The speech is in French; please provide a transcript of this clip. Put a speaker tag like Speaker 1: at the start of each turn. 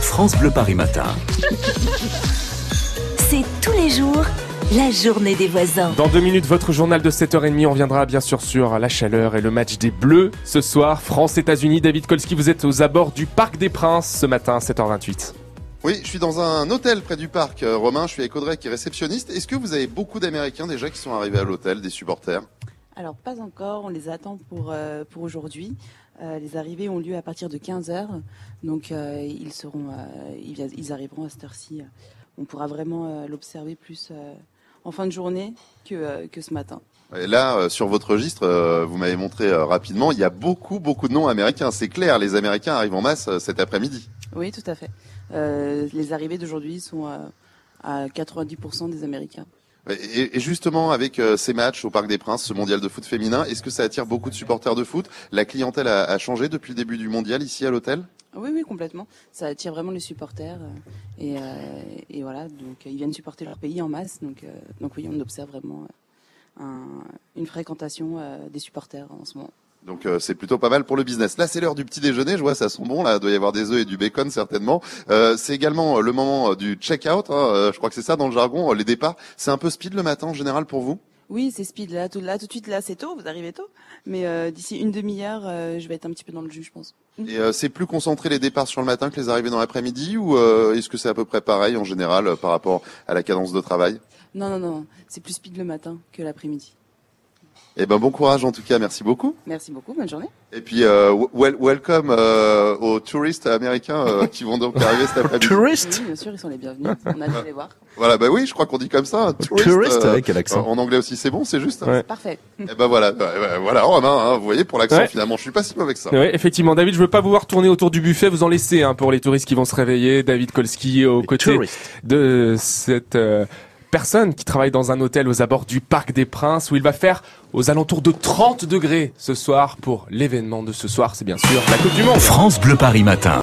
Speaker 1: France Bleu Paris Matin.
Speaker 2: C'est tous les jours la journée des voisins.
Speaker 3: Dans deux minutes, votre journal de 7h30, on viendra bien sûr sur la chaleur et le match des Bleus. Ce soir, France-États-Unis, David Kolski, vous êtes aux abords du Parc des Princes ce matin à 7h28.
Speaker 4: Oui, je suis dans un hôtel près du parc, euh, Romain. Je suis avec Audrey qui est réceptionniste. Est-ce que vous avez beaucoup d'Américains déjà qui sont arrivés à l'hôtel, des supporters
Speaker 5: Alors pas encore, on les attend pour, euh, pour aujourd'hui. Euh, les arrivées ont lieu à partir de 15h, donc euh, ils, seront, euh, ils, vi- ils arriveront à cette heure-ci. On pourra vraiment euh, l'observer plus euh, en fin de journée que, euh, que ce matin.
Speaker 4: Et là, euh, sur votre registre, euh, vous m'avez montré euh, rapidement, il y a beaucoup, beaucoup de noms américains. C'est clair, les Américains arrivent en masse euh, cet après-midi.
Speaker 5: Oui, tout à fait. Euh, les arrivées d'aujourd'hui sont euh, à 90% des Américains.
Speaker 4: Et- Et, et justement, avec euh, ces matchs au Parc des Princes, ce mondial de foot féminin, est-ce que ça attire beaucoup de supporters de foot La clientèle a, a changé depuis le début du mondial ici à l'hôtel
Speaker 5: Ah Oui, oui, complètement. Ça attire vraiment les supporters. euh, Et, euh, et voilà, donc euh, ils viennent supporter leur pays en masse. Donc, euh, donc oui, on observe vraiment euh, un- une fréquentation euh, des supporters en ce moment.
Speaker 4: donc euh, c'est plutôt pas mal pour le business. Là c'est l'heure du petit déjeuner, je vois ça sent bon, là doit y avoir des œufs et du bacon certainement. Euh, c'est également euh, le moment euh, du check-out, hein, euh, je crois que c'est ça dans le jargon, euh, les départs. C'est un peu speed le matin en général pour vous
Speaker 5: Oui, c'est speed. Là tout, là, tout de suite, là, c'est tôt, vous arrivez tôt. Mais euh, d'ici une demi-heure, euh, je vais être un petit peu dans le jus, je pense.
Speaker 4: Et euh, c'est plus concentré les départs sur le matin que les arrivées dans l'après-midi ou euh, est-ce que c'est à peu près pareil en général euh, par rapport à la cadence de travail
Speaker 5: Non, non, non, c'est plus speed le matin que l'après-midi.
Speaker 4: Eh ben bon courage en tout cas, merci beaucoup.
Speaker 5: Merci beaucoup, bonne journée.
Speaker 4: Et puis euh, wel- welcome euh, aux touristes américains euh, qui vont donc arriver cet après-midi.
Speaker 6: Tourist
Speaker 5: Oui, bien sûr, ils sont les bienvenus. On a hâte de les voir.
Speaker 4: Voilà, bah oui, je crois qu'on dit comme ça. Touriste,
Speaker 6: Tourist
Speaker 4: euh,
Speaker 6: avec quel accent
Speaker 4: en anglais aussi, c'est bon, c'est juste.
Speaker 3: Ouais.
Speaker 5: Parfait.
Speaker 4: Eh ben voilà, bah, bah, voilà Romain, hein, vous voyez pour l'accent
Speaker 3: Ouais.
Speaker 4: finalement, je suis pas si mauvais que ça.
Speaker 3: Ouais, effectivement, David, je veux pas vous voir tourner autour du buffet, vous en laissez hein, pour les touristes qui vont se réveiller. David Kolski aux côtés
Speaker 6: Tourist.
Speaker 3: de cette euh, personne qui travaille dans un hôtel aux abords du Parc des Princes où il va faire aux alentours de 30 degrés ce soir pour l'événement de ce soir, c'est bien sûr la Coupe du Monde.
Speaker 1: France Bleu Paris Matin.